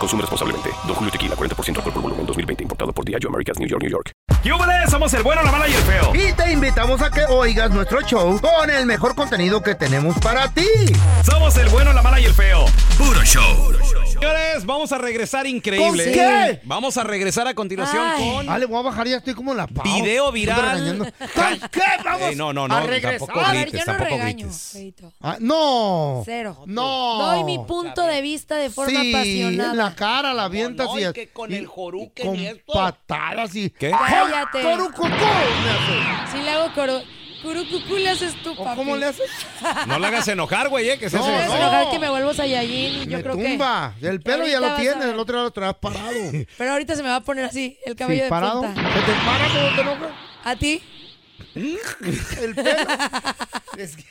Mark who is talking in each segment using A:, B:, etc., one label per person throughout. A: Consume responsablemente. Don Julio Tequila, 40% alcohol por volumen, 2020. Importado por Diageo Americas, New York, New York.
B: ¡Yúbales! Somos el bueno, la mala y el feo.
C: Y te invitamos a que oigas nuestro show con el mejor contenido que tenemos para ti.
B: Somos el bueno, la mala y el feo. Puro show. Señores, Pues, vamos a regresar increíble.
C: ¿Con qué?
B: Vamos a regresar a continuación
D: Ay.
B: con...
C: Dale, voy a bajar, ya estoy como la pau.
B: Video viral.
C: Estoy regañando. ¿Con qué? Vamos.
B: Eh, no, no,
C: a
B: no,
C: regresar.
B: tampoco
E: A ver,
B: grites,
E: yo no
B: tampoco
E: regaño,
B: grites.
E: feito.
C: Ah, no.
E: Cero.
C: No.
E: Doy mi punto de vista de forma
C: sí,
E: apasionada.
C: en la cara la avientas
F: no,
C: y,
F: y
C: a-
F: que con el joruque
C: y con
F: ni eso.
C: patadas y
B: ¿Qué?
E: Cállate.
C: Joruco, ¿cómo le haces?
E: Si le hago coro... Curucucú le haces tú,
C: ¿O
E: papi.
C: ¿Cómo le haces?
B: No la hagas enojar, güey, eh, que se
C: No,
B: hace
E: Me vas
B: enojar. Ah,
E: a enojar que me vuelvo Saiyajin y yo
C: me
E: creo
C: tumba.
E: que...
C: El pelo ya lo
E: Ahorita vas a
C: tienes,
E: ver.
C: el otro ya lo traes parado. Sí,
E: Pero ahorita se me va a poner así, el cabello de
C: parado.
E: punta.
C: ¿Se te para cuando te enojas?
E: ¿A ti?
C: El pelo. es que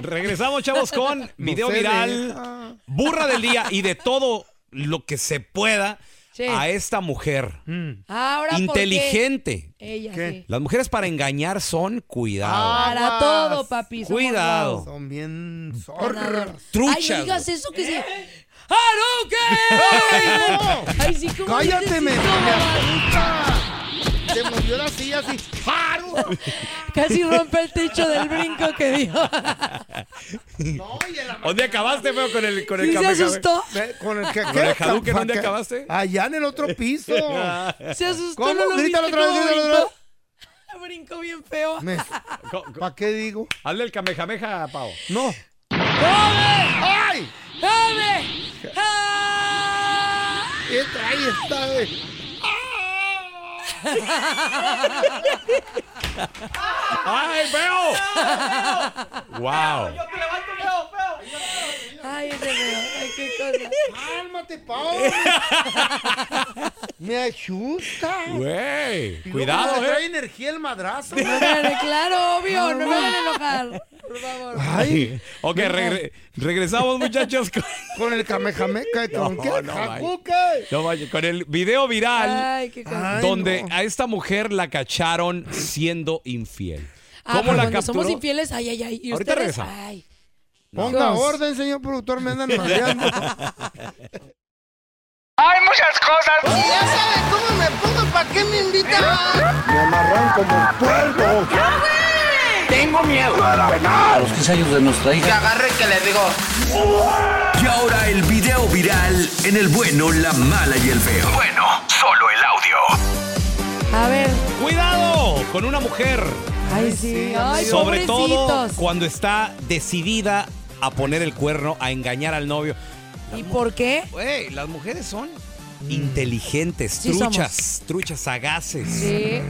B: Regresamos, chavos, con
C: no
B: video
C: se
B: viral,
C: deja.
B: burra del día y de todo lo que se pueda
E: Sí.
F: Ah,
B: a esta mujer.
C: Mm.
E: Ahora ¿por qué?
B: Inteligente.
E: Ella,
C: ¿Qué?
E: sí.
B: Las mujeres para engañar son cuidado.
C: Ah.
E: Para
C: Aguas.
E: todo, papi. somos
B: Cuidado.
E: guau.
C: Son bien
E: Ganador.
C: zorras.
B: Truchas,
E: Ay, no digas
B: güey. ¿Eh?
E: eso que se... ¡Ah, no, qué! Ay, sí, ¿cómo dices
C: Cállate,
E: eso,
C: me, me
E: mamá?
C: asusta. Se movió la silla así. ¡Paro!
E: Casi rompe el techo del brinco que dio.
C: No, y el ama-
B: ¿Dónde acabaste, feo, con el con el
E: ¿Sí se
B: came, came?
E: asustó?
C: Ve, Con el que.
B: el Hadouken, ¿dónde acabaste?
C: Allá en el otro piso.
E: Se asustó.
C: ¿Cómo?
E: ¿No lo
C: Grítalo
E: viste
C: otra vez,
E: cómo
C: grítalo otra
E: brincó? Brincó bien feo.
C: Me-
B: Co- co-
C: ¿Para qué digo?
B: Hazle el camejameja, Pau.
C: No.
E: ¡Dame!
C: ¡Ay!
E: ¡Dame! ¡Ah!
C: ¿Qué trae esta, güey?
B: ¡Ay, feo! ¡Wow!
E: Ay, ese feo. Ay, qué cosa.
C: ¡Cálmate, Pau! Me asusta.
B: ¡Güey!
C: Y luego
B: Cuidado,
C: le Trae
B: eh.
C: energía el madrazo.
E: No me van a- claro, obvio. No me van a enojar. Por favor.
C: Ay,
B: Ok, regre- regresamos, muchachos. Con,
C: con el kamehameha. ¿Con
B: No,
C: qué?
B: no,
C: Hakuke.
B: no vaya, con el video viral.
E: Ay, qué cosa.
C: Ay,
B: donde
C: no.
B: a esta mujer la cacharon siendo infiel.
E: Ah,
B: ¿Cómo
E: pero
B: la
E: cuando
B: capturó?
E: somos infieles, ay, ay, ay. ¿Y
B: Ahorita
E: ustedes?
B: regresamos.
E: Ay.
C: Ponga
E: Dios.
C: orden, señor productor. Me andan mareando.
F: Hay muchas cosas.
C: ya sabes cómo me pongo. ¿Para qué me invitan?
E: Ah,
F: Tengo miedo.
G: Y ahora el video viral en el bueno, la mala y el feo.
A: Bueno, solo el audio.
E: A ver.
B: ¡Cuidado! Con una mujer.
E: Ay, sí. Ay,
B: sobre todo
E: pobrecitos.
B: cuando está decidida a poner el cuerno, a engañar al novio.
E: ¿Y por qué?
B: Güey, las mujeres son inteligentes,
E: Sí
B: truchas, truchas sagaces.
E: Sí.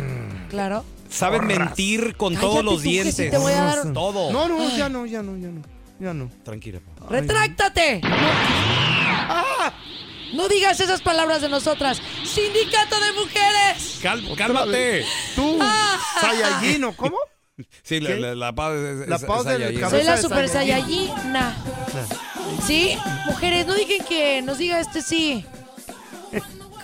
E: Claro.
B: Saben mentir con todos
E: Cállate
B: los
E: tú, que
B: dientes.
E: sí te voy a dar un-
B: Todo.
C: No, no, ya no, ya no, ya no. Ya no.
B: Tranquila. pa.
E: ¡Retráctate! No digas esas palabras de nosotras. ¡Sindicato de mujeres!
B: Cal- cálmate.
C: Tú, Sayayino, ¿cómo?
B: Sí, la, la, la paz es-
C: La
B: es-
C: paz
B: es
C: del
B: allá,
C: cabeza.
E: Soy la
C: de
E: super
C: Saiyajin.
E: saiyajina. Sí, mujeres, no digan que nos diga este sí.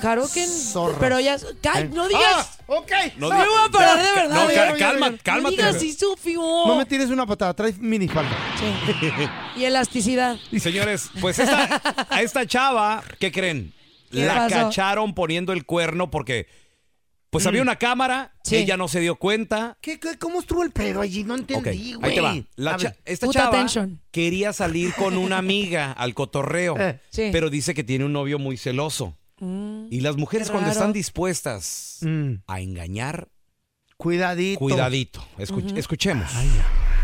E: Haroken.
C: Zorra.
E: Pero ya. ¡Ca- ¡No digas!
C: Ah, ok.
B: No
E: ¡Me
B: digas-
E: voy a parar de verdad!
B: No,
E: eh.
B: ca- calma,
E: No
B: cálmate.
E: digas, sí, Sofío.
C: No me tires una patada, trae minifalda.
E: Sí. Y elasticidad.
B: Señores, pues esta, a esta chava, ¿qué creen?
E: ¿Qué
B: la
E: pasó?
B: cacharon poniendo el cuerno porque pues había una cámara,
E: Mm. Sí.
B: ella no se dio cuenta.
C: ¿Qué, qué, cómo estuvo el pedo allí? No
B: Ok,
C: entendí, güey.
B: ahí te va. La
C: A
B: cha-
C: ver.
B: esta
E: Puta
B: chava
E: tension.
B: quería salir con una amiga al cotorreo,
C: Eh.
E: Sí. Mm,
B: pero dice que tiene un novio muy celoso. y las mujeres
E: qué
B: cuando
E: raro.
B: están dispuestas
C: Mm,
B: a engañar,
C: cuidadito.
B: cuidadito. Escu- Escuchemos,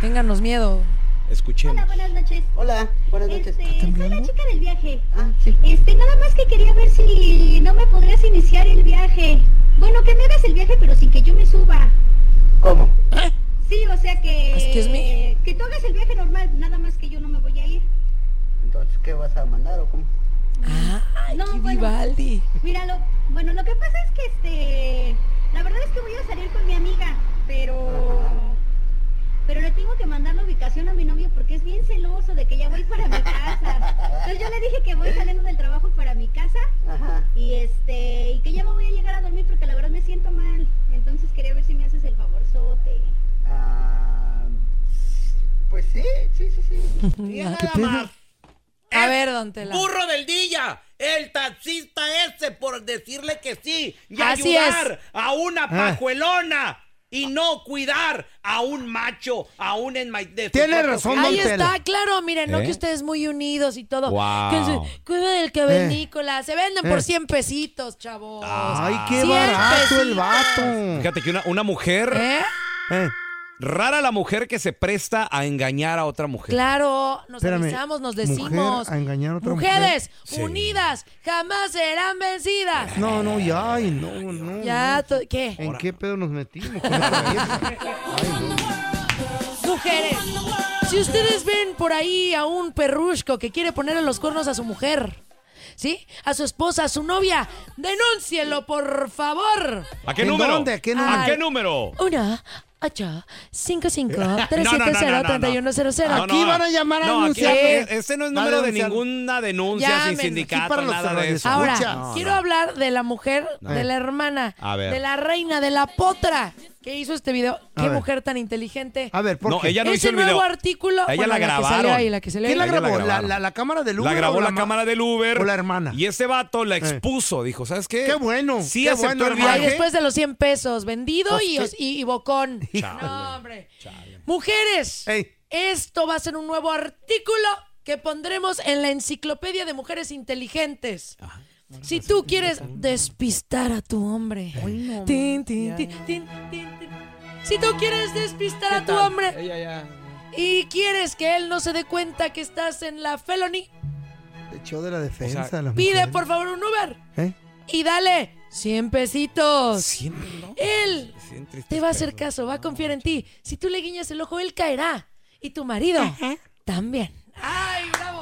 E: Ténganos miedo.
B: escuchemos.
H: Buenas noches.
F: Hola, buenas noches.
H: Este, soy la chica del viaje.
F: Ah, sí.
H: Este, nada más que quería ver si no me podrías iniciar el viaje. Bueno, que me hagas el viaje, pero sin que yo me suba.
F: ¿Cómo?
H: Sí, o sea que.
E: Excuse me.
H: Que tú hagas el viaje normal, nada más que yo no me voy a ir.
F: Entonces, ¿qué vas a mandar o cómo?
H: no,
E: Y
H: bueno,
E: Vivaldi.
H: míralo. Bueno, lo que pasa es que este. La verdad es que voy a salir con mi amiga, pero. Pero le tengo que mandar la ubicación a mi novio porque es bien celoso de que ya voy para mi casa. Entonces yo le dije que voy saliendo del trabajo para mi casa
F: Ajá.
H: y este y que ya me voy a llegar a dormir porque la verdad me siento mal. Entonces quería ver si me haces el favorzote.
F: Ah, pues sí, sí, sí, sí.
E: Ya nada más. A ver, don Tela.
I: burro del día, el taxista ese por decirle que sí y
E: Así
I: ayudar
E: es. Ah.
I: a una pajuelona y no cuidar a un macho, a un enma- de su
C: Tiene
I: propio
C: razón,
I: género.
E: Ahí
C: Don Tela.
E: está, claro, miren, no
B: ¿Eh?
E: que ustedes muy unidos y todo.
B: Guau.
E: Que se- cuida del que ven
C: Eh.
E: Nicolás. Se venden
C: Eh. Ah,
E: por 100 pesitos, chavos.
C: Ay, qué
E: Cien
C: barato el
E: pesitos.
C: vato.
B: Fíjate que una, una mujer,
E: ¿Eh?
C: Eh,
B: rara la mujer que se presta a engañar a otra mujer.
E: Claro, nos
C: Espérame,
E: avisamos, nos
C: mujer
E: decimos.
C: a engañar a otra mujer.
E: Mujeres
B: Sí.
E: unidas jamás serán vencidas.
C: no, no, ya, ay, no, no.
E: Ya, to- ¿qué?
C: ¿En qué pedo nos metimos? con esta vieja?
E: Mujeres, si ustedes ven por ahí a un perrusco que quiere ponerle los cuernos a su mujer, ¿sí? A su esposa, a su novia, denúncielo, por favor.
B: ¿A qué
C: ¿En
B: número?
C: dónde? ¿A qué
E: número?
B: ¿A qué número?
E: Una, ocho, cinco, cinco, tres,
B: No, no,
E: siete,
B: no,
E: cero,
B: no, no,
E: treinta y uno, cero, cero.
B: No, no,
C: Aquí van a llamar a
B: no, aquí-
C: anunciar.
B: e- Este no es
C: Va a
B: número de
C: denunciar.
B: ninguna denuncia
E: Llamen.
B: sin sindicato,
C: Aquí para los
B: nada de eso.
C: radio
E: Ahora,
C: Escucha. No,
E: quiero hablar de la mujer, de la hermana,
B: A ver.
E: de la reina, de la potra que hizo este video. Qué
C: ver.
E: mujer tan inteligente.
C: A ver, ¿por
B: No,
C: qué?
B: ella no
E: Ese
B: hizo el
E: nuevo
B: video.
E: artículo,
B: Ella
E: bueno,
B: la
E: la que salió
B: grabaron.
E: ahí, la que se lee.
C: ¿Quién la
B: Ella la
C: grabó? ¿La,
B: grabaron.
C: la- la cámara del Uber?
B: La grabó
C: o
B: la,
C: ma-
B: cámara del Uber.
C: o la hermana? Eh.
B: Y ese vato la expuso. Dijo, ¿sabes qué?
C: Qué bueno,
B: Sí
C: qué
B: aceptó
C: bueno,
B: el
C: hermano.
E: Ay,
B: viaje.
E: después de los 100 pesos, vendido
C: Pues
E: y,
C: qué-
E: os- y, y bocón.
C: Chale.
E: No, hombre. Mujeres,
C: Ey.
E: esto va a ser un nuevo artículo que pondremos en la enciclopedia de mujeres inteligentes. Si tú quieres despistar a tu hombre. Tin, tin, tin, tin, tin, tin. Si tú quieres despistar a tu hombre
I: Ella ya.
E: y quieres que él no se dé cuenta que estás en la felony,
C: Te echó de la defensa
B: O sea,
C: de las
E: pide
C: mujeres.
E: por favor un Uber
C: ¿Eh?
E: y dale 100 pesitos.
B: Siempre, ¿no?
E: Él
B: Cien tristes
E: te va a hacer
B: pesos.
E: caso, va a confiar en ti. Si tú le guiñas el ojo, él caerá. Y tu marido también. ¡Ay, bravo!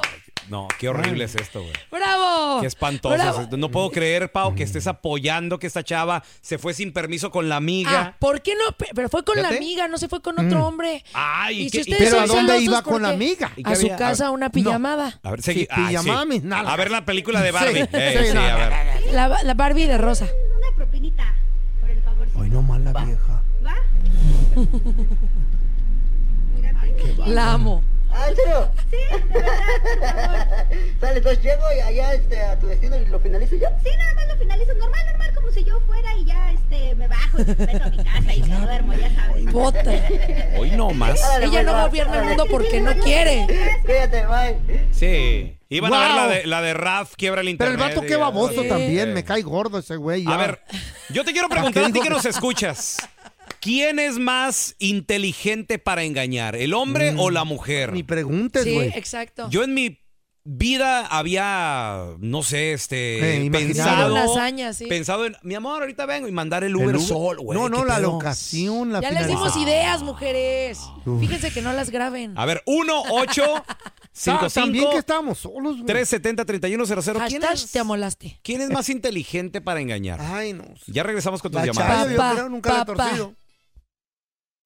B: No, qué horrible es esto, güey.
E: ¡Bravo!
B: Qué espantoso.
E: Bravo.
B: No puedo creer, Pau, que estés apoyando que esta chava se fue sin permiso con la
E: Ah,
B: amiga.
E: ¿por qué no? Pe- Pero fue con la
B: Fíjate.
E: amiga, no se fue con otro hombre.
B: Ay,
E: ¿Y
B: qué-
E: si
B: y-
E: ustedes
C: Mm. ¿Pero
E: son
C: a dónde
E: celosos,
C: iba
E: ¿por
C: con la
E: qué?
C: amiga?
B: ¿Y qué
E: A su
B: había?
E: casa una pijamada.
B: A ver, segui-
C: Sí,
B: ah,
C: pijamada,
B: sí.
C: mis nalgas.
B: A ver la película de Barbie.
C: Sí.
B: Eh,
C: Sí,
B: sí,
C: no,
B: a
C: no,
B: ver.
E: La, la Barbie de rosa.
H: Una propinita por el favorcito,
C: Ay, no mala vieja.
H: ¿va? Mira, tengo-
E: La amo.
F: Ah, ¿en serio?
H: Sí, de verdad, por favor.
F: Sale, entonces llego y allá este, a tu destino y lo finalizo ya.
H: Sí, nada más lo finalizo normal, normal, como si yo fuera y ya este me bajo y me meto a mi casa y me duermo, ya sabes.
E: Bota.
B: Hoy no más.
F: Órale,
E: Ella
F: pues,
E: no
F: va,
E: gobierna el
F: órale.
E: mundo porque no quiere.
F: Cuídate, bye.
B: Sí. Iban a ver
C: Wow.
B: la de, la de Raf, quiebra el
C: Pero
B: internet.
C: el vato qué
B: y-
C: baboso
B: Sí.
C: también, me cae gordo ese güey.
B: A
C: ya.
B: ver, yo te quiero preguntar a ti que nos escuchas. ¿Quién es más inteligente para engañar, el hombre o la mujer?
C: Mm. Ni preguntes,
E: Sí,
C: Este güey.
E: exacto.
B: Yo en mi vida había, no sé, este,
C: Eh, imaginado.
B: pensado,
E: Una hazaña, sí.
B: pensado en, mi amor, ahorita vengo y mandar el
C: El
B: Uber,
C: Uber.
B: solo, güey.
C: No, no,
B: ¿qué
C: la
B: pedo?
C: locación, la
E: Ya les dimos
C: finalización.
E: ideas, mujeres. Fíjense que no las graben.
B: A ver, 1, 8, 5,
C: Ah, También que
B: 5,
C: estábamos solos, güey.
B: 3, 70, 31, 00. ¿Quién
E: Hashtag
B: es,
E: te amolaste.
B: ¿Quién es más inteligente para engañar?
C: Ay, no.
B: Ya regresamos con tus
C: La
B: llamadas.
C: chava, yo
E: Papá,
C: creo, nunca la he
E: papá.
C: torcido.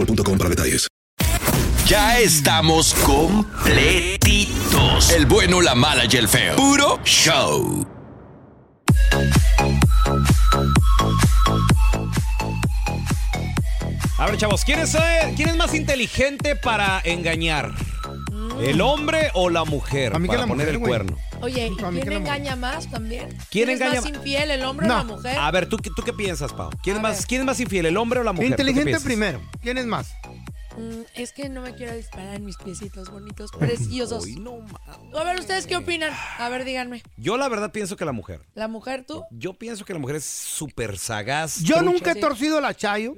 J: para detalles.
G: Ya estamos completitos. El bueno, la mala y el feo. Puro show.
B: A ver, chavos, ¿quién es, eh, quién es más inteligente para engañar?
E: Mm.
B: ¿El hombre o la mujer?
E: mí que
B: para
E: la
B: poner
E: mujer,
B: el
E: güey.
B: cuerno.
E: Oye, ¿y
B: que
E: quién
B: la
E: engaña más también?
B: ¿Quién
E: es
B: engaña
E: más
B: ma-
E: infiel, el hombre o la mujer?
C: Ah.
B: A ver, ¿tú, qué- tú qué piensas, Pau? ¿Quién es, más, ¿Quién es más infiel, el hombre o la mujer? ¿Tú qué
C: Inteligente
B: piensas?
C: primero. ¿Quién es más?
E: Mm, es que no me quiero disparar en mis piecitos bonitos, preciosos. a ver, ¿ustedes qué opinan? A ver, díganme.
B: Yo la verdad pienso que la mujer.
E: ¿La mujer tú?
B: Yo pienso que la mujer es súper sagaz.
C: Yo
B: trucha.
C: nunca he torcido la chayo.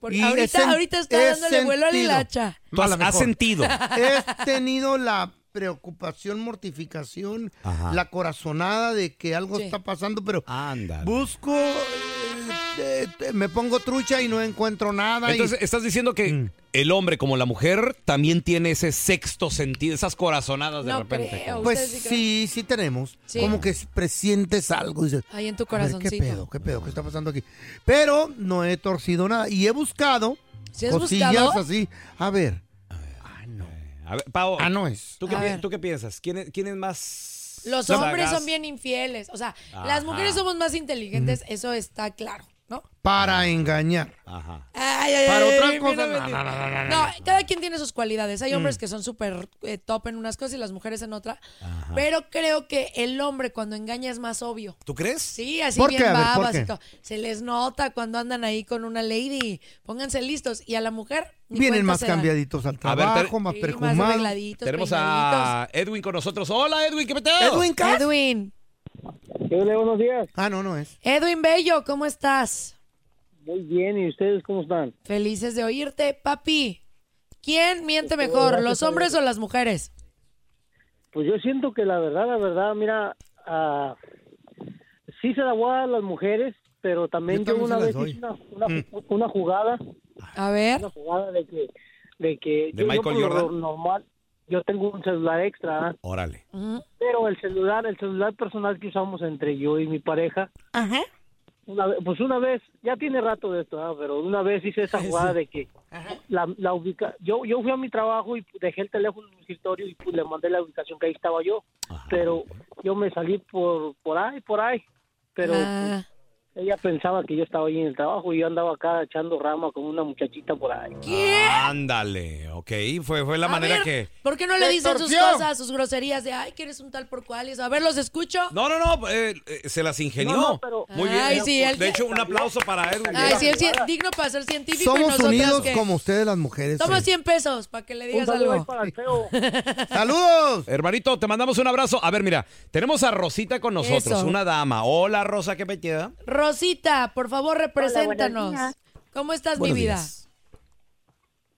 E: Porque
C: Y
E: ahorita-
C: he sen-
E: ahorita está
C: he
E: dándole vuelo a la
C: sentido.
E: hilacha.
C: A
B: Tú
C: lo
B: has- has
C: mejor.
B: sentido.
C: He tenido la preocupación, mortificación,
B: Ajá.
C: la corazonada de que algo está pasando, pero busco, eh, eh, me pongo trucha y no encuentro nada. y-
B: Entonces, estás diciendo que
C: Mm.
B: el hombre como la mujer también tiene ese sexto sentido, esas corazonadas de repente.
C: pues sí, sí tenemos.
E: Sí.
C: Como que presientes algo. y dices,
E: Ahí en tu
C: "A ver,
E: corazoncito.
C: ¿Qué pedo? ¿Qué pedo? ¿Qué está pasando aquí? Pero no he torcido nada y he buscado
E: ¿Sí has
C: cosillas
E: buscado?
C: así. A ver,
B: A ver, Pau.
C: Ah, no es.
B: ¿Tú qué,
E: A
B: pi-
E: ver.
B: ¿tú qué piensas? ¿Quién es, quién es más
E: Los
B: sagaz?
E: hombres son bien infieles. O sea, las
B: Ajá.
E: mujeres somos más inteligentes, eso está claro, ¿no?
B: Ah.
C: para engañar.
E: Ay, ay,
C: Para
E: ay,
C: otra
E: mira,
C: cosa, no,
E: mira.
C: no, no, no, no,
E: No,
C: no.
E: cada quien tiene sus cualidades. Hay hombres
C: Mm.
E: que son súper eh, top en unas cosas y las mujeres en otra. Pero creo que el hombre cuando engaña es más obvio.
B: ¿Tú crees?
E: Sí, así
B: ¿Por
E: bien
B: qué? A ver, ¿por
E: babas y
B: qué?
E: todo. Se les nota cuando andan ahí con una lady. Pónganse listos. Y a la mujer. ni
C: Vienen
E: cuenta
C: más
E: se dan.
C: cambiaditos al
B: A ver,
C: trabajo,
B: te-
C: más
E: Sí, más
C: perfumados.
E: arregladitos,
B: Tenemos a Edwin con nosotros. Hola, Edwin, ¿qué peteo?
C: Edwin, ¿qué?
E: Edwin.
C: buenos días. Ah, no, no es.
E: Edwin Bello, ¿cómo estás?
K: Muy bien, ¿y ustedes cómo están?
E: Felices de oírte, papi. ¿Quién miente mejor,
K: gracias,
E: los
K: padre.
E: hombres o las mujeres?
K: Pues yo siento que la verdad, la verdad, mira, ah, sí se la voy a dar a las mujeres, pero también yo,
E: Yo también
K: una
E: se las
K: vez
E: doy. Mm.
K: hice una, una-
L: Mm.
K: una jugada,
E: A ver.
K: una jugada de que... De, que
B: ¿De
K: yo- yo
B: Michael
K: por lo
B: Jordan?
K: normal, yo tengo un celular extra, ¿ah?
B: Órale.
K: pero el celular, el celular personal que usamos entre yo y mi pareja.
E: Ajá.
K: Una ve- pues una vez, ya tiene rato de esto, ah, pero una vez hice esa jugada de que la, la ubica, yo, yo fui a mi trabajo y dejé el teléfono en mi escritorio y pues, le mandé la ubicación que ahí estaba yo, pero yo me salí por, por ahí, por ahí, pero
E: Ah.
K: pues, ella pensaba que yo estaba ahí en el trabajo y yo andaba acá echando rama con una muchachita por ahí.
B: Ah. Ándale, ok. Fue, fue la manera que...
E: ¿Por qué no le
K: ¡Te
E: dicen sus
K: torció!
E: cosas, sus groserías de, ay, que eres un tal por cual? Y eso? A ver, los escucho.
B: No, no, no, eh, eh, se las ingenió.
E: No, no, pero-
B: Muy bien.
E: Ay, sí, él-
B: de hecho, un aplauso para Edwin.
E: Ay, si él sí es digno para ser científico y
C: Somos
E: nosotras
C: unidos
E: que...
C: como ustedes las mujeres.
E: Toma
C: sí.
E: 100 pesos para que le digas
C: saludo
E: algo.
C: ¡Saludos!
B: Hermanito, te mandamos un abrazo. A ver, mira, tenemos a Rosita con nosotros,
E: Eso.
B: una dama. Hola, Rosa, ¿qué me queda?
E: Rosita, por favor, represéntanos.
M: días.
E: ¿Cómo estás,
B: Buenos
E: mi vida?
B: días.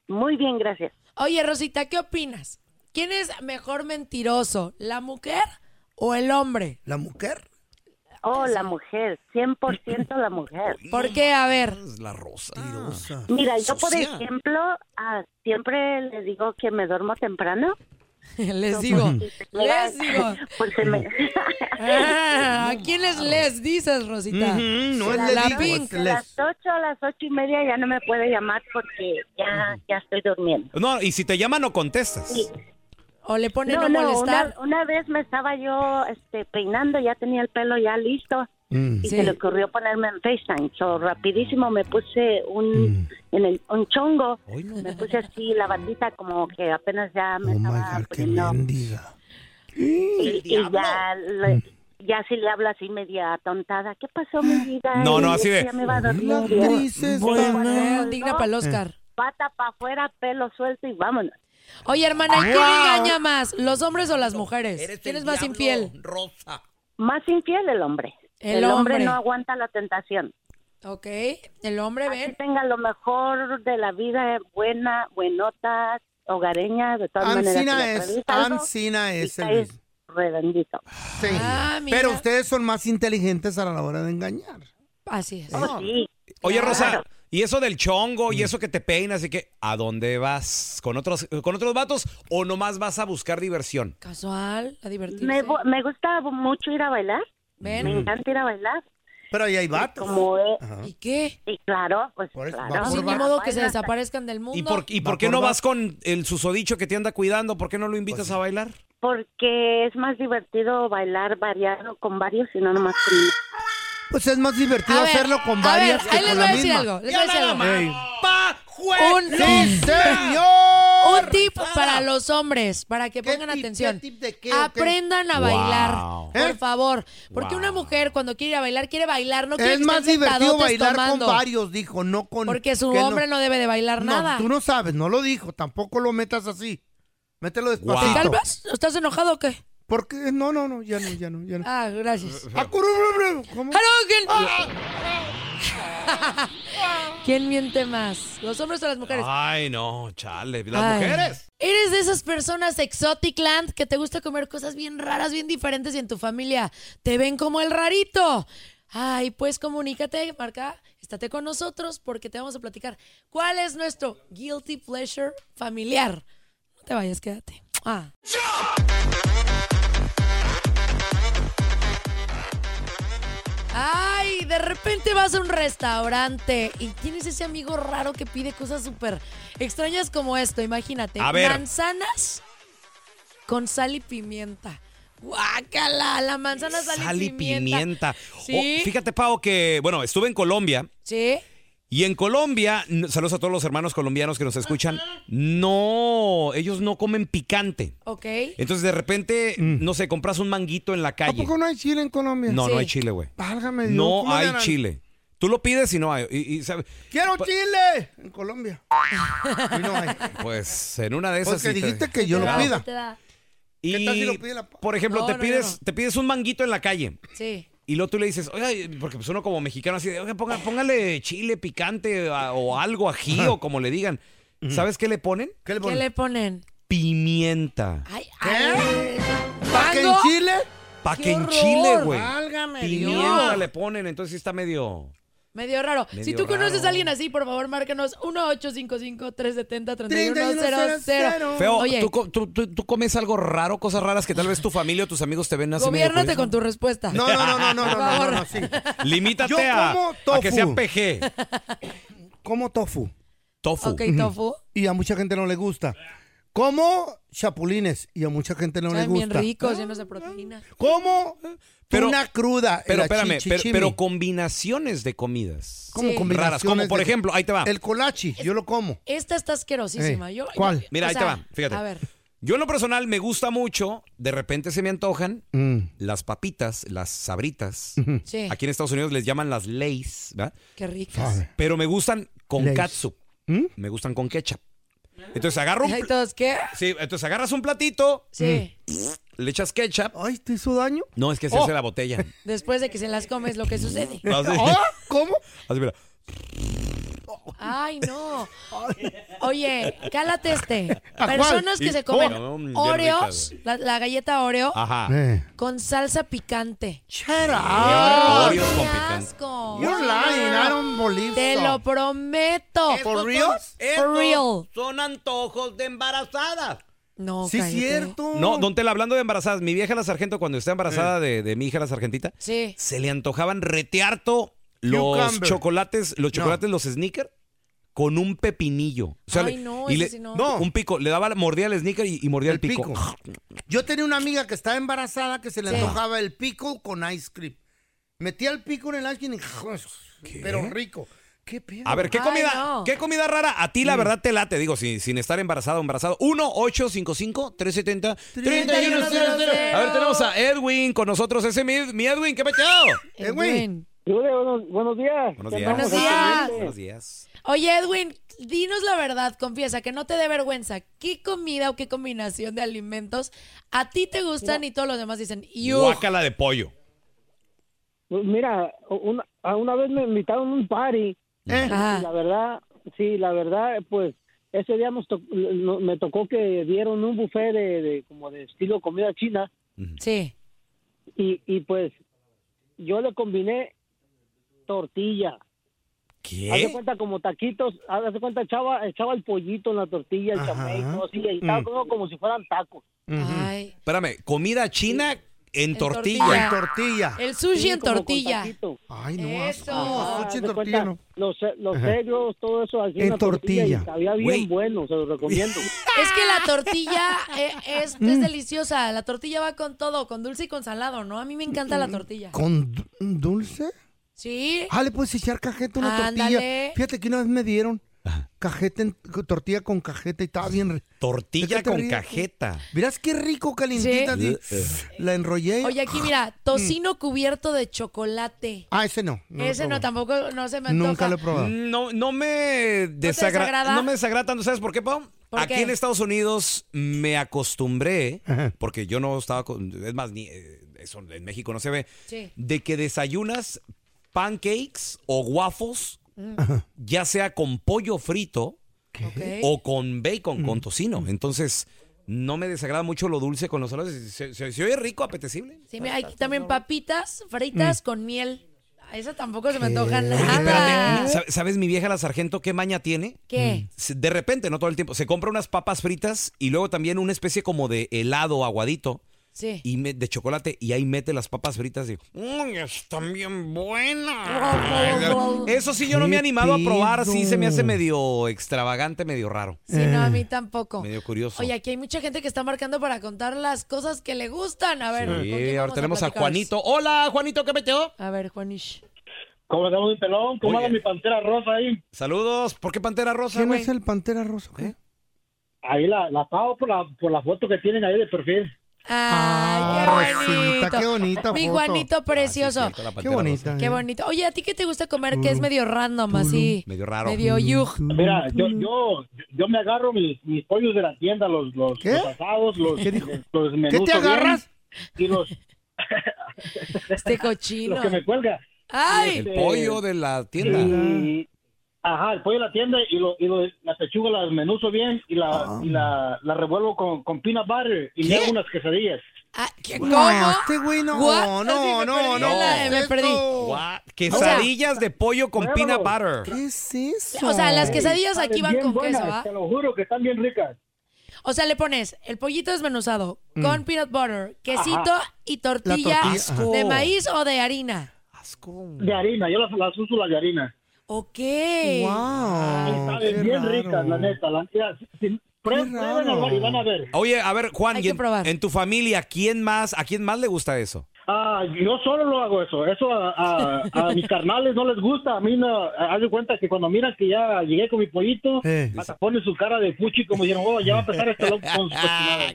M: Muy bien, gracias.
E: Oye, Rosita, ¿qué opinas? ¿Quién es mejor mentiroso, la mujer o el hombre?
C: ¿La mujer?
M: Oh, la mujer, 100% la mujer.
E: ¿Por qué? A ver.
B: La Rosa.
M: Mira, yo por
E: Sucia.
M: ejemplo, ah, siempre le digo que me duermo temprano
E: Les digo, les digo. Ah, ¿A quiénes les dices, Rosita?
M: Ujú, no es
E: La-
M: les
E: la
M: digo, es
E: Pink.
M: A las ocho, a las ocho y media ya no me puede llamar porque ya, ya estoy durmiendo.
B: No, y si te llama no contestas.
M: Sí.
E: O le
B: pone no molestar.
M: Una, una vez me estaba yo este, peinando, ya tenía el pelo ya listo
C: Mm.
M: y se le ocurrió ponerme en FaceTime. So, rapidísimo me puse
E: Mm.
M: un, en el, un chongo, me puse así la bandita como que apenas ya me estaba poniendo. Y, y ya, le-
E: Mm.
M: ya si le hablo así media tontada, ¿qué pasó mi vida?
B: No, no,
M: Y
B: así de-
M: Ya me va a dormir.
E: La
M: Y yo,
E: dices,
M: bueno,
E: mamá.
M: bueno,
E: Digna pa'l Oscar.
M: Pata para afuera, pelo suelto y vámonos.
E: Oye, hermana, ¿quién
M: Wow.
E: engaña más, los hombres o las mujeres? ¿Quién es más infiel?
M: Más infiel el hombre.
E: El
M: El, hombre.
E: hombre.
M: no aguanta la tentación.
E: Ok, el hombre,
M: ven. tenga lo mejor de la vida, buena, buenota, hogareña, de todas maneras.
C: Ancina
M: si le
C: es,
M: atreves algo,
C: Ancina es
M: y
C: el
M: caes
C: mismo.
M: redondito.
C: Sí.
E: Ah,
C: Pero ustedes son más inteligentes a la hora de engañar.
E: Así es.
B: Oye, Rosa,
C: Claro.
B: y eso del chongo
E: Mm.
B: y eso que te peinas y que ¿a dónde vas? ¿Con otros con otros vatos o nomás vas a buscar diversión?
E: Casual, a divertirse.
M: Me, vo- me gusta mucho ir a bailar.
E: Ven.
M: Me encanta ir a bailar.
C: Pero ahí hay vatos.
M: Como es-
E: ¿Y qué?
M: Sí, claro, pues claro.
E: Sí, ni modo que se desaparezcan del mundo.
B: ¿Y por, y por qué no vas con el susodicho que te anda cuidando? ¿Por qué no lo
C: Pues
B: invitas a bailar?
M: Porque es más divertido bailar variado con varios y no nomás con uno.
C: Pues es más divertido
M: A ver,
C: hacerlo con
M: a ver,
C: varias que
M: ahí les
C: con
M: voy
C: la
M: a decir
C: misma.
M: algo, les voy a decir algo.
C: Ey.
E: Un,
C: ¡Sí,
E: un tip para los hombres, para que pongan atención. Aprendan a
C: Wow.
E: bailar,
K: Ah.
C: ¿Eh?
E: por favor. Porque
C: Wow.
E: una mujer cuando quiere ir a bailar, quiere bailar, no quiere
C: Es
E: que
C: más
E: estén
C: divertido
E: sentadotes
C: bailar
E: tomando.
C: con varios, dijo, no con...
E: Porque su
C: que
E: hombre no debe de bailar
C: No,
E: nada.
C: tú no sabes, no lo dijo, tampoco lo metas así. Mételo despacito.
E: ¿Te calmas? ¿Estás enojado o qué?
C: Porque no, no, no, ya no, ya no, ya no.
E: Ah, gracias.
C: Ah, curu, bru, bru, ¿Cómo? Ah.
E: Harogen. ¿Quién miente más? ¿Los hombres o las mujeres?
B: Ay, no, chale. Ah, ¿Las
E: Ay.
B: mujeres?
E: Eres de esas personas exotic land que te gusta comer cosas bien raras, bien diferentes y en tu familia te ven como el rarito. Ay, pues comunícate, marca, estate con nosotros porque te vamos a platicar cuál es nuestro guilty pleasure familiar. No te vayas, quédate. Ah. Ay, de repente vas a un restaurante y tienes ese amigo raro que pide cosas súper extrañas como esto. Imagínate,
B: A ver.
E: manzanas con sal y pimienta. Guácala, la manzana sal,
B: Sal
E: y pimienta.
B: Oh,
E: Sí.
B: fíjate, Pau, que, bueno, estuve en Colombia
E: Sí.
B: y en Colombia, n- saludos a todos los hermanos colombianos que nos escuchan, no, ellos no comen picante.
E: Ok.
B: Entonces, de repente, no sé, compras un manguito en
C: Mm.
B: la
C: ¿A
B: calle.
C: poco no Ah, hay chile en Colombia?
B: No, no hay chile, güey.
C: Válgame Dios,
B: No
C: ¿cómo
B: hay
C: ganan?
B: chile. Pues Tú lo pides y no hay. Y, y, ¿sabe?
C: ¡Quiero chile! En Colombia.
B: Pues en una de esas.
C: Porque
B: sí te-
C: dijiste que yo lo
B: Claro.
C: pida.
B: Y,
C: tal si lo pide la-
B: por ejemplo,
C: No,
B: te,
C: no,
B: pides,
C: no.
B: te pides un manguito en la calle.
E: Sí.
B: Y luego tú le dices, oiga, porque pues uno como mexicano así de, oiga, ponga- póngale chile picante a- o algo ají o como le digan. ¿Sabes qué le ponen?
C: ¿Qué le
E: ¿Qué le ponen?
B: Pimienta.
C: ¿Para que en
E: ¿Mango?
C: chile?
B: Pa'
E: ¡Qué
B: que en
E: horror!
B: chile, güey.
E: Válgame
B: Pimienta
E: Dios.
B: le ponen, entonces sí está medio...
E: Medio raro.
B: Medio
E: si tú conoces
B: raro.
E: a alguien así, por favor, márcanos 1855-370-3100.
B: Feo,
E: Oye,
B: ¿tú, co- tú- tú- tú comes algo raro, cosas raras que tal vez tu familia o tus amigos te ven así. medio
E: gobiérnate
B: curioso?
E: con tu respuesta.
B: No, no, no, no, no,
E: Por
B: no, no,
E: favor.
B: no, Limítate
C: Yo como
B: a, a que
C: tofu.
B: sea PG.
C: Como tofu.
B: Tofu.
E: Ok,
C: Ujú.
E: tofu.
C: Y a mucha gente no le gusta. Como chapulines. Y a mucha gente no le
E: Saben bien
C: gusta.
E: ricos, llenos de proteína.
C: Como
B: Pero-
C: una cruda.
B: Pero
C: la
B: espérame, pero,
C: chichichimi.
B: pero combinaciones de comidas.
C: Como
E: Sí.
C: combinaciones
B: Raras, como por
C: de-
B: ejemplo, ahí te va.
C: El colachi, yo lo como.
E: Esta está asquerosísima.
B: Eh,
E: Yo-
B: ¿cuál?
E: yo-
B: Mira,
E: o
B: ahí te
E: sea,
B: va, fíjate.
E: A ver,
B: Yo en lo personal me gusta mucho, de repente se me antojan
C: Mm.
B: las papitas, las sabritas.
E: Sí.
B: Aquí en Estados Unidos les llaman las Lays, ¿verdad?
E: qué ricas.
B: Pero me gustan con
C: Lays. ¿Mm?
B: katsu. Me gustan con ketchup. Entonces agarro un
E: Ay, todos, ¿qué?
B: pl- sí, entonces agarras un platito,
E: Sí.
B: le echas ketchup.
C: Ay, ¿te hizo daño?
B: No, es que se
E: Oh.
B: hace la botella.
E: Después de que se las comes, lo que sucede.
B: Así.
C: ¿Cómo?
B: Así, mira.
E: Ay, no. Oye, cálate este.
B: ¿A cuál?
E: Personas que
B: Y-
E: se comen
B: Oh. Bien
E: Oreos,
B: ricas.
E: la, la galleta Oreo,
B: Ajá.
E: con salsa picante.
C: ¡Chera!
B: Oreos con
E: ¡Qué
B: picante.
E: asco!
C: You're lying, I don't believe
E: Oh. Te
C: so.
E: lo prometo.
C: ¿For real?
E: For real.
B: Son antojos de embarazadas.
E: No,
C: Sí,
E: cállate.
C: cierto.
B: No, don Tela, hablando de embarazadas, mi vieja la sargento, cuando está embarazada de, de mi hija la sargentita,
E: Sí.
B: se le antojaban retearto los
I: Cucumber.
B: chocolates, los chocolates, los sneakers, con un pepinillo. O sea,
C: Ay,
B: le-
C: no,
B: y
C: ese
B: le-
C: sí no. No.
B: Un pico, le daba, mordía el sneaker y, y mordía el,
C: El
B: pico.
C: pico. Yo tenía una amiga que estaba embarazada que se le
B: Sí.
C: antojaba el pico con ice cream. Metía el pico en el ice cream y... Pero rico. ¿Qué pedo?
B: A ver, ¿qué comida, ¿qué comida rara? A ti la verdad te late, digo, sin, sin estar embarazada o embarazado. 1-855-370-3100. A ver, tenemos a Edwin con nosotros. Ese mi, mi Edwin, ¿qué peteado?
E: Edwin.
K: Yule, buenos, buenos días.
B: ¿Eh, Buenos
K: ¿Qué
B: días.
E: Buenos
K: andamos haciendo?
E: días.
B: Buenos días.
E: Oye, Edwin, dinos la verdad, confiesa, que no te dé vergüenza. ¿Qué comida o qué combinación de alimentos a ti te gustan y todos los demás dicen, ¡Yuj!
B: Guácala de pollo.
K: Pues Mira, una, a una vez me invitaron a un
B: Eh.
K: party. Y
B: Ah.
K: La verdad, sí, la verdad, pues ese día nos to- no- me tocó que dieron un buffet de, de- como de estilo comida china.
E: Sí.
K: Y, y pues yo le combiné tortilla.
B: ¿Qué?
K: Hace cuenta como taquitos, hace cuenta echaba, echaba el pollito en la tortilla, el chamey, todo así, y estaba
B: Mm.
K: como, como si fueran tacos.
B: Espérame, comida china en,
K: En
B: tortilla.
K: tortilla. En
C: tortilla.
E: El sushi
K: Sí,
E: en
K: como con
E: tortilla.
K: taquito.
B: Ah,
C: Ay,
E: no, Eso. sushi en
K: Ajá, Ah, haz de
E: tortilla,
K: cuenta,
E: no.
K: Los, eh, los
E: Ajá.
K: egros, todo eso así.
C: En
K: una tortilla.
C: tortilla.
K: y sabía bien
C: Güey.
K: bueno, se lo recomiendo.
E: Es que la tortilla eh, es,
C: Mm.
E: es deliciosa. La tortilla va con todo, con dulce y con salado, ¿no? A mí me encanta
C: Mm.
E: la tortilla.
C: ¿Con du- dulce?
E: Sí.
C: Ah, le puedes echar cajeta a una
E: Ándale.
C: tortilla. Fíjate que una vez me dieron cajeta en- tortilla con cajeta y estaba bien. re-
B: Tortilla
C: Déjate
B: con
C: ríe.
B: cajeta. Eh.
C: Mirás qué rico, calientita.
B: Sí.
C: así. La enrollé.
E: Oye, aquí
C: Mm.
E: mira, tocino cubierto de chocolate.
C: Ah, ese no. no lo
E: Ese no,
C: probé.
E: tampoco, no se me antoja.
C: Nunca lo he probado.
B: No, no me desagrada.
E: desagrada?
B: No, me desagrada tanto. ¿Sabes por qué, Pau?
E: ¿Por
B: Aquí
E: qué?
B: en Estados Unidos me acostumbré, porque yo no estaba con. Es más, ni, eh, eso en México no se ve.
E: Sí.
B: De que desayunas pancakes o guafos, ya sea con pollo frito o con bacon, con tocino. Entonces, no me desagrada mucho lo dulce con los salados. Se, se- se oye rico, apetecible.
E: Sí, mira, aquí también papitas fritas
C: Mm.
E: con miel. A Esa tampoco se me antoja
B: Espérate,
E: nada.
B: ¿sab- ¿sabes mi vieja la sargento qué maña tiene?
E: Ah.
B: Mm.
E: ¿Qué?
B: Se- De repente, no todo el tiempo, se compra unas papas fritas y luego también una especie como de helado aguadito
E: Sí.
B: y me- de chocolate y ahí mete las papas fritas y ¡Uy, están bien
E: Oh,
B: buenas! Eso sí yo no me he animado a probar, sí se me hace medio extravagante, medio raro.
E: Sí, no, a
C: Eh.
E: mí tampoco.
B: Medio curioso.
E: Oye, aquí hay mucha gente que está marcando para contar las cosas que le gustan. A ver, ¿con quién
B: Sí, ahora
E: vamos
B: tenemos a,
E: platicar?
B: Juanito. Hola, Juanito, ¿qué metió?
E: A ver, Juanish.
K: ¿Cómo andamos mi pelón?
B: ¿Cómo anda
K: mi pantera rosa ahí?
B: Saludos. ¿Por qué Pantera Rosa,
C: ¿Quién
B: güey?
C: es el Pantera Rosa?
E: Ah.
C: güey?
K: Ahí la, la pago por la, por la foto que tienen ahí de perfil.
E: Ay, qué bonito.
C: Rosita, qué bonita
E: Mi
C: foto. Ah,
E: Juanito precioso.
C: Qué bonita.
E: Qué bonito. Oye, ¿a ti qué te gusta comer que es medio random así?
B: Medio raro.
E: Medio yuj.
K: Mira, yo, yo, yo me agarro mis, mis pollos de la tienda, los, los,
E: ¿Qué?
K: los asados, los,
E: ¿Qué
K: los,
E: dijo?
K: menudo
E: ¿Qué te
K: bien,
E: agarras?
K: y los,
E: Este cochino.
K: los que me cuelga. Este,
E: Ay.
B: El pollo de la tienda.
K: Y- ajá, el pollo de la tienda y, lo, y lo- la pechuga la desmenuzo bien y la, y la, la revuelvo con, con peanut butter y le hago unas quesadillas.
E: Ah, ¿Cómo?
C: Este güey no,
E: What?
C: no,
E: Así me
C: no, no,
E: perdí la- me
C: esto.
E: perdí.
B: What? ah, Quesadillas de pollo con peanut butter.
C: ¿Qué es eso?
E: O sea, las quesadillas aquí van
K: bien
E: con
K: buenas,
E: queso, ¿va?
K: Te lo juro que están bien ricas.
E: O sea, le pones el pollito desmenuzado
C: Mm.
E: con peanut butter, quesito
K: Ajá.
E: y
K: La
E: tortilla,
K: tortilla, ajá.
E: de maíz o de harina.
K: De harina, yo las, las uso las de harina.
E: Ok.
K: Y saben bien ricas, la neta. La, mira, si- si- prue- pruébenlas y van a ver.
B: Oye, a ver, Juan,
K: Hay que
B: y en, en tu familia, ¿quién más, ¿a quién más le gusta eso?
K: Ah, yo solo lo hago eso. Eso a, a- a mis carnales no les gusta. A mí no. Haz de cuenta que cuando miran que ya llegué con mi pollito, hasta ponen su cara de puchi como diciendo, oh, ya va a empezar este loco con su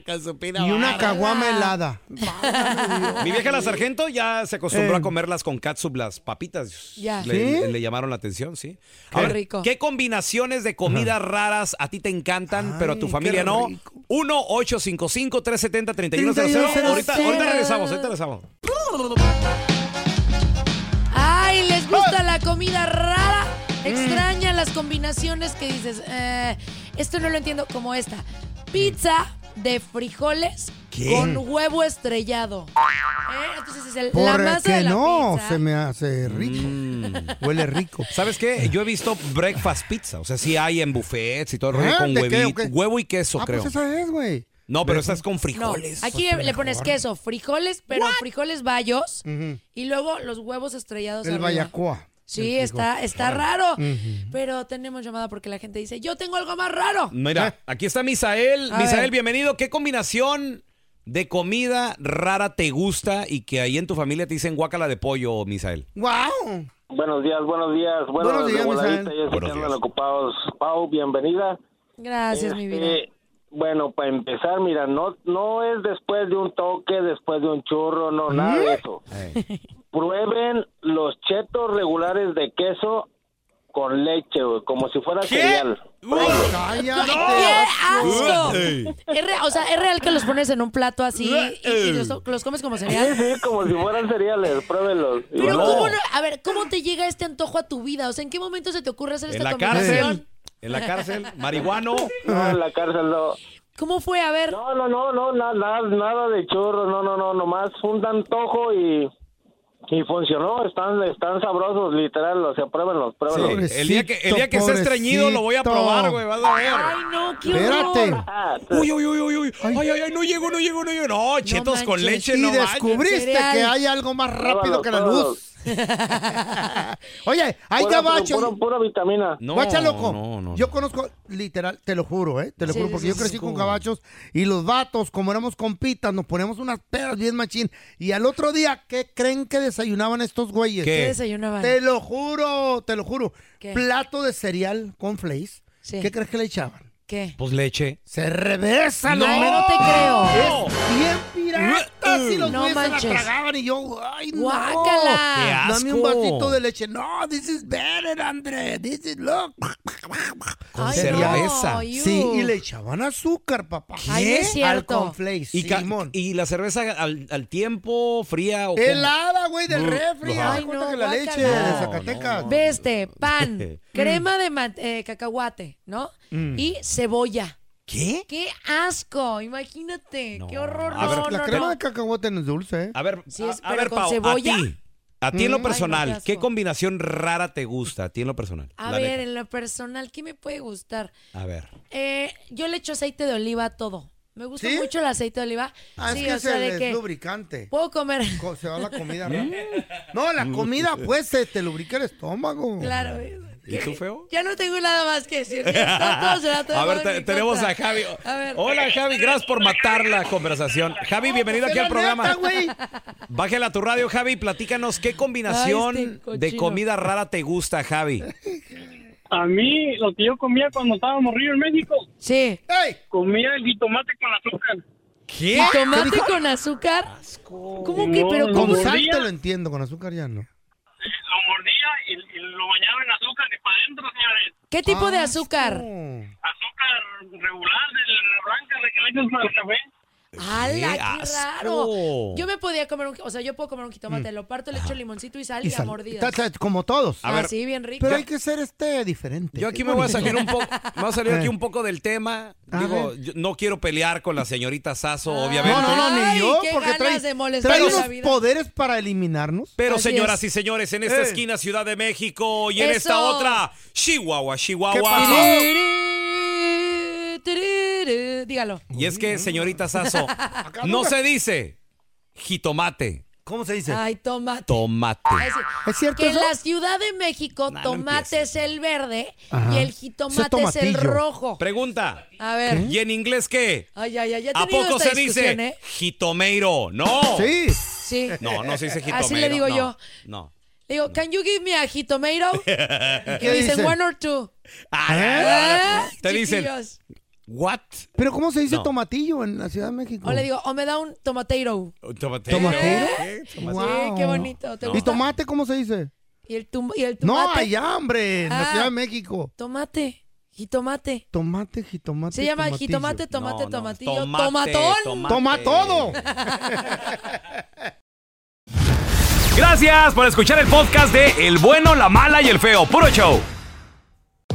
K: cochinada".
C: Y una caguama helada.
B: Mi vieja la sargento ya se acostumbró a comerlas con catsup, las papitas.
E: Ya.
B: Le,
E: ¿Sí?
B: le- le llamaron la atención, sí.
E: Qué
B: A ver,
E: rico.
B: ¿Qué combinaciones de comidas raras a ti te encantan, pero a tu
I: qué
B: familia no? 1-855-370-3100.
I: 3100.
B: Ahorita, ahorita regresamos, ahorita regresamos.
E: Ay, ¿les gusta la comida rara?
C: Mm.
E: Extraña las combinaciones que dices, eh, esto no lo entiendo, como esta. Pizza de frijoles
C: ¿Qué?
E: con huevo estrellado. ¿Eh? Entonces es el, la
C: Porque
E: masa de la
C: no,
E: pizza.
C: se me hace rico.
B: Mm.
C: Huele rico.
B: ¿Sabes qué? Yo he visto breakfast pizza. O sea, sí hay en buffets y todo el rollo
C: Ah,
B: con
C: ¿de qué,
B: huevito-
C: o qué?
B: huevo y queso,
C: ah,
B: creo.
C: pues esa es, güey.
B: No, pero estás con frijoles.
E: No, aquí le pones queso, frijoles, pero frijoles bayos
C: Mm.
E: y luego los huevos estrellados.
C: El
E: arriba.
C: Bayacoa.
E: Sí,
C: El
E: está,
C: frijol.
E: está raro.
B: Ujú.
E: Pero tenemos llamada porque la gente dice, yo tengo algo más raro.
C: Eh.
B: Mira, aquí está Misael.
E: A
B: Misael,
E: ver.
B: bienvenido. ¿Qué combinación de comida rara te gusta y que ahí en tu familia te dicen guácala de pollo, Misael?
C: ¡Wow!
L: Buenos días, buenos días. Buenos,
B: Buenos días,
L: revoladita,
B: Misael.
L: ya sé que
B: Buenos
L: andan
B: días.
L: ocupados. Pau, bienvenida.
E: Gracias, mi vida.
L: Este, bueno, para empezar, mira, no no es después de un toque, después de un churro,
E: ¿Mm?
L: no, nada de eso. Prueben los chetos regulares de queso con leche, güey, como si fuera cereal.
C: ¡Cállate!
E: ¡Qué asco!
L: Ey.
E: Es re- o sea, es real que los pones en un plato así y, y los, los comes como
L: Sí,
E: cereal.
L: sí, como si fueran cereales, pruébenlos.
E: Pero
L: ¿Eh? No.
E: ¿cómo no- A ver, ¿cómo te llega este antojo a tu vida? O sea, ¿en qué momento se te ocurre hacer
B: En
E: esta
B: la
E: combinación?
B: cárcel. En la cárcel. Marihuano.
L: No, en la cárcel no.
E: ¿Cómo fue? A ver.
L: No, no, no, no, na- na- nada, de churro, no, no, no, nomás un antojo y, y funcionó, están, están sabrosos, literal, o sea, pruébenlos, pruébenlos.
B: El día que, el día que estés estreñido lo voy a probar, güey. Vas a ver.
E: Ay, no, qué
C: Espérate.
E: horror.
B: Uy, uy, uy, uy, uy. Ay, ay, ay, no llego, no llego, no llego. No, chetos con leche,
C: y
B: no manches.
C: descubriste que hay algo más rápido
B: Pruébalo,
C: que la
B: pruébalo.
C: luz. Oye, hay
L: Pura-
C: gabachos.
L: pura- pura vitamina.
B: No,
C: Guacha, loco.
B: no, no,
C: Yo conozco, literal, te lo juro, ¿eh? Te lo
L: Sí,
C: juro,
L: sí,
C: porque
L: sí,
C: yo crecí
L: sí,
C: con
L: como-
C: gabachos y los vatos, como éramos compitas, nos poníamos unas pedas bien machín. Y al otro día, ¿qué creen que desayunaban estos güeyes?
E: ¿Qué? ¿Qué desayunaban?
C: Te lo juro, te lo juro.
E: ¿Qué?
C: Plato de cereal con flakes. ¿Qué crees que le echaban?
E: ¿Qué?
B: Pues leche.
C: Se revesa,
B: No,
C: hombre.
B: no te creo.
C: Es bien pirata. Si los
E: No
C: güeyes se la
E: manches.
C: tragaban y yo, ¡ay, no!
E: Guácala. Qué
C: Dame
E: asco.
C: un vasito de leche. No, this is better, André. This is, look.
B: Con cerveza.
C: Sí, y le echaban azúcar, papá. Al cornflakes.
B: Y, ca- y la cerveza al, al tiempo, fría o cómo?
C: Helada, güey, del
B: Mm,
C: refri.
B: ajá.
C: Ay, no, que la
E: guácala.
C: leche de Zacatecas.
E: Veste, este,
B: Mm.
E: pan, crema de ma- eh, cacahuate, ¿no?
C: Mm.
E: Y cebolla.
B: ¿Qué?
E: ¡Qué asco! Imagínate, qué horror.
C: A ver,
E: no,
C: la
E: no,
C: crema
E: no.
C: de cacahuate no es dulce, ¿eh?
B: A ver,
E: Sí, es,
B: a, a
E: pero
B: ver,
E: con
B: Pau,
E: cebolla.
B: a ti. A ti
E: Mm.
B: en
E: Ay,
B: lo
E: no,
B: personal,
E: qué asco.
B: ¿qué combinación rara te gusta? A ti en lo personal.
E: A
B: la
E: ver,
B: neta.
E: en lo personal, ¿qué me puede gustar?
B: A ver.
E: Eh, yo le echo aceite de oliva a todo. Me gusta mucho el aceite de oliva.
C: Ah,
E: sí,
C: es que
E: o sea,
C: se
E: de
C: les
E: que
C: lubricante.
E: puedo comer.
C: Co- Se va la comida. ¿verdad? no, la comida, pues, se te lubrica el estómago.
E: ¿Mm? Claro.
B: ¿Y tú, feo?
E: Ya no tengo nada más que decir. Está todo, será todo
B: a ver,
E: en
B: te-
E: mi
B: tenemos
E: contra.
B: a Javi.
E: A ver.
B: Hola, Javi, gracias por matar la conversación. Javi, bienvenido
E: pues, es
B: aquí al
E: la neta,
B: programa.
E: güey.
B: Bájala a tu radio, Javi, platícanos qué combinación
N: Ay, este cochino.
B: de comida rara te gusta, Javi.
N: A mí, lo que yo comía cuando estaba morrillo en México.
E: Sí.
N: Comía el jitomate con azúcar.
B: ¿Qué?
E: ¿Tomate con azúcar? ¿Cómo que?
C: No,
E: ¿Pero
C: no,
E: cómo?
C: Ah, Con sal te lo entiendo, con azúcar ya no.
N: Lo mordía y, y lo bañaba en azúcar y para adentro, señores.
E: ¿Qué tipo de azúcar?
N: Azúcar regular, de la blanca, de que le echas para el café.
E: ¡Hala,
N: ¡Qué
E: qué
N: asco!
E: raro! Yo me podía comer un... O sea, yo puedo comer un jitomate,
C: Mm.
E: lo parto, le echo limoncito y sal y,
C: Y
E: a
C: sal.
E: mordidas.
C: Ta- ta- Como todos.
E: A ver. Así, Ah, bien rico.
C: Pero
E: Yo-
C: hay que ser este diferente.
B: Yo aquí me voy a salir un poco, me voy a salir
C: Eh.
B: aquí un poco del tema.
C: A
B: Digo,
C: ver.
B: yo no quiero pelear con la señorita Sasso,
C: No,
B: obviamente.
C: Ah. no, no, ni yo,
E: qué
C: porque
E: ganas
C: trae,
E: de molestar
C: trae
E: a la
C: unos
E: vida.
C: poderes para eliminarnos. Eh,
B: Pero señoras y señores, en esta esquina Ciudad de México y en esta
C: Eso.
B: otra Chihuahua,
C: ¿Qué
B: Chihuahua.
E: ¡Oh!
C: pasó?
E: Tiriri, Dígalo.
B: Y es que, señorita Sasso, no se dice jitomate,
C: ¿Cómo se dice?
E: Ay, tomate.
B: tomate.
E: Es decir, Que en la Ciudad de México, tomate es el verde y
B: Ajá.
E: el jitomate es el rojo.
B: Pregunta.
E: A ver.
B: ¿Y en inglés qué?
E: Ay, ay, ay, ya he
B: ¿A
E: tenido
B: poco
E: esta
B: se dice
E: discusión, ¿eh?
B: jitomeiro? No.
C: Sí.
E: Sí.
B: No, no se dice jitomeiro.
E: Así le digo
B: no,
E: yo.
B: No.
E: Le digo, can you give me a jitomato?
B: ¿Qué
E: Y me dicen one or two.
B: Ah,
E: ¿Eh?
B: Te dicen,
E: Chiquillos.
B: ¿what?
C: Pero ¿cómo se dice
B: No.
C: tomatillo en la Ciudad de México?
E: O le digo, o me da un tomatero.
B: Tomate.
C: ¿Tomatero?
B: ¿Qué? Tomate.
C: Wow.
E: qué bonito, ¿te
C: ¿Y
E: gusta?
C: tomate cómo se dice?
E: Y el, tum- y el tomate.
C: No, allá, hombre, en la
E: Ah.
C: Ciudad de México.
E: Tomate, jitomate.
C: Tomate, jitomate.
E: Se llama
C: tomatillo.
E: jitomate, tomate,
C: No, no,
E: tomatillo,
C: tomate,
E: tomatón.
C: tomate. Toma todo.
B: Gracias por escuchar el podcast de El Bueno, la Mala y el Feo. Puro show.